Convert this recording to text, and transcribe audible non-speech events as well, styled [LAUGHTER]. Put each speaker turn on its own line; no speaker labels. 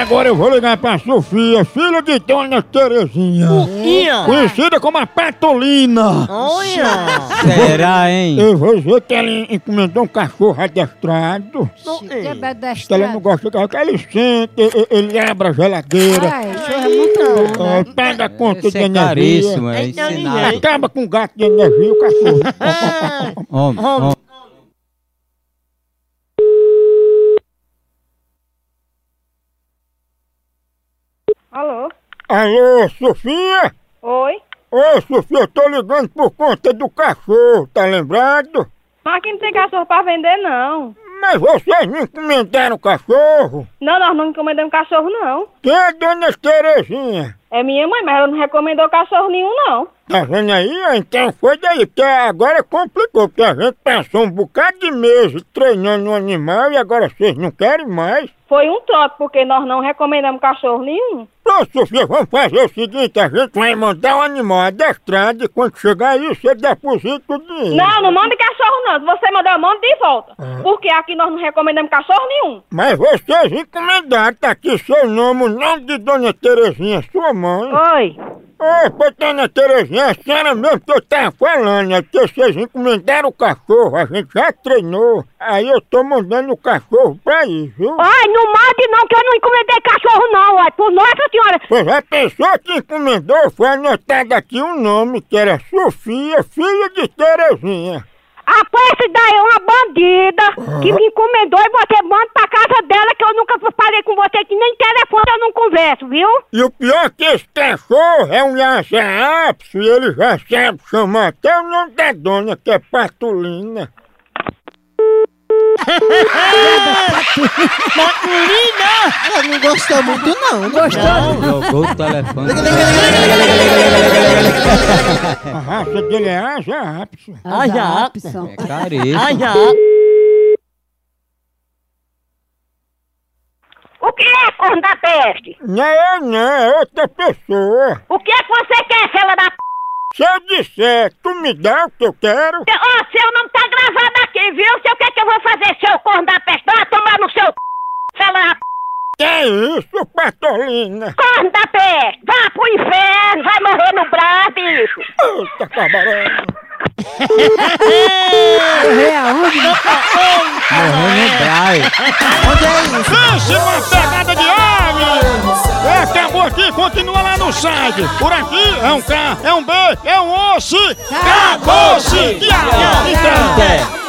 agora eu vou ligar pra Sofia, filha de Dona Terezinha. Conhecida como a
Ah.
Patolina.
Olha!
Será, hein?
Eu vou dizer que ela encomendou um cachorro adestrado.
Que
Que ela não
bedestrado.
gosta de cachorro, que ele senta, e- e- ele abre a geladeira.
Ai, isso é muito bom, né?
é, paga a conta
Isso
de
é
energia.
caríssimo, é
Então,
ensinado.
ninguém.
Acaba com o gato de energia, o
[LAUGHS]
cachorro.
É.
Homem, homem.
Alô?
Alô, Sofia?
Oi?
Ô, Sofia, eu tô ligando por conta do cachorro, tá lembrado?
Mas aqui não tem cachorro pra vender, não.
Mas vocês não encomendaram o cachorro?
Não, nós não encomendamos cachorro, não.
Quem é a Dona Terezinha?
É minha mãe, mas ela não recomendou cachorro nenhum, não.
Tá vendo aí? Então foi daí, porque agora complicou, porque a gente passou um bocado de meses treinando um animal e agora vocês não querem mais.
Foi um trote, porque nós não recomendamos cachorro nenhum.
Pronto, Sofia, vamos fazer o seguinte, a gente vai mandar um animal adestrado e quando chegar aí você deposita o dinheiro.
Não, não manda cachorro, não. Se você mandar, eu mando de volta. Porque aqui nós não recomendamos cachorro nenhum.
Mas vocês encomendaram, tá aqui seu nome, o nome de Dona Terezinha, sua mãe.
Oi.
Ô, pô, Dona Terezinha, a senhora mesmo que eu tava falando, é que vocês encomendaram o cachorro, a gente já treinou, aí eu tô mandando o cachorro pra ir, viu?
Ai, não mate não, que eu não encomendei cachorro, não. Ai, por Nossa Senhora.
Pois a pessoa que encomendou foi anotado aqui um nome, que era Sofia, filha de Terezinha.
A posse daí é uma bandida que me encomendou e você manda pra casa dela que eu nunca falei com você, que nem telefone eu não converso, viu?
E o pior é que esse cachorro é um Lhasa apso e ele já sabe chamar até o nome da dona, que é Patulina.
Ela não gostou muito, não.
Não, Jogou o telefone.
A raça dele é Asa apso.
Ah, já.
As apps são-
É caríssimo.
Ah, já.
O que é, corno da peste?
Não é eu não, é outra pessoa.
O que é que você quer, fela da p***?
Se eu disser, tu me dá o que eu quero?
Ó, seu nome tá gravado aqui, viu? Seu o que é que eu vou fazer, seu corno da peste? Vai tomar no seu c... fela da p***,
Que é isso, Patolina?
corno da peste! Vá pro inferno, vai morrer no braço, bicho!
Eita, cabaré.
Correr aonde?
Morrendo no braio.
Onde é isso?
Pense uma pegada de homem! Acabou aqui, continua lá no site. Por aqui é um K, é um B, é um osso. Acabou-se! Tchau, tchau, tchau.
Até.